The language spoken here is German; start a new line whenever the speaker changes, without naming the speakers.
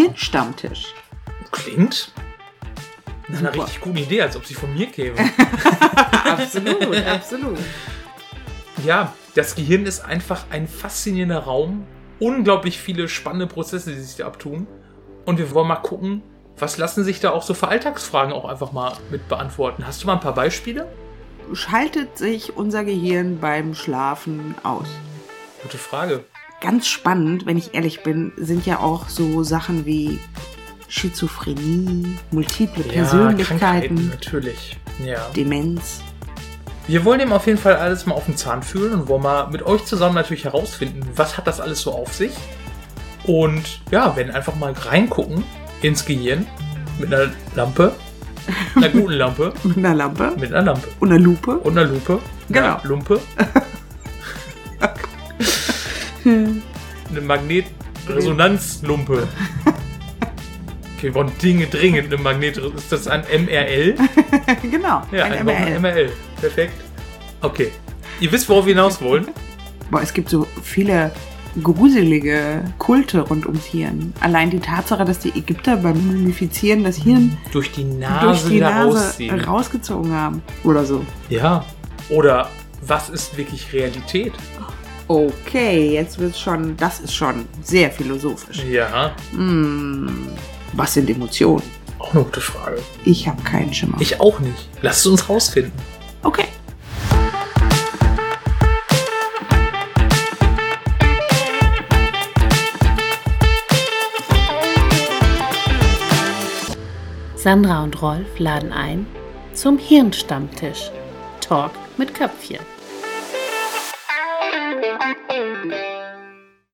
Hirnstammtisch.
Klingt nach einer
Super.
richtig guten Idee, als ob sie von mir käme.
absolut, absolut.
ja, das Gehirn ist einfach ein faszinierender Raum. Unglaublich viele spannende Prozesse, die sich da abtun. Und wir wollen mal gucken, was lassen sich da auch so für Alltagsfragen auch einfach mal mit beantworten. Hast du mal ein paar Beispiele?
Schaltet sich unser Gehirn beim Schlafen aus?
Gute Frage.
Ganz spannend, wenn ich ehrlich bin, sind ja auch so Sachen wie Schizophrenie, multiple
Krankheiten,
Persönlichkeiten,
natürlich. Ja.
Demenz.
Wir wollen dem auf jeden Fall alles mal auf den Zahn fühlen und wollen mal mit euch zusammen natürlich herausfinden, was hat das alles so auf sich. Und ja, werden einfach mal reingucken ins Gehirn mit einer Lampe, einer guten Lampe,
Mit einer Lampe
mit einer Lampe
und einer Lupe.
und einer Lupe,
Genau.
einer Lumpe, eine Magnetresonanzlumpe. Okay, wir wollen Dinge dringend eine Magnet. Ist das ein MRL?
genau,
Ja,
ein
ein MRL.
MRL.
MRL. Perfekt. Okay. Ihr wisst, worauf wir hinaus wollen.
Boah, es gibt so viele gruselige Kulte rund ums Hirn. Allein die Tatsache, dass die Ägypter beim Mumifizieren das Hirn
durch die
durch
Nase
die
Ah, wieder
Nase
rausziehen.
rausgezogen haben. Oder so.
ja. Oder was ist wirklich Realität?
Okay, jetzt wird's schon, das ist schon sehr philosophisch.
Ja,
Hm, was sind Emotionen?
auch eine gute Frage.
Ich habe keinen Schimmer.
Ich auch nicht. Lasst es uns rausfinden.
okay.
Sandra und Rolf laden ein zum Hirnstammtisch. Talk mit Köpfchen.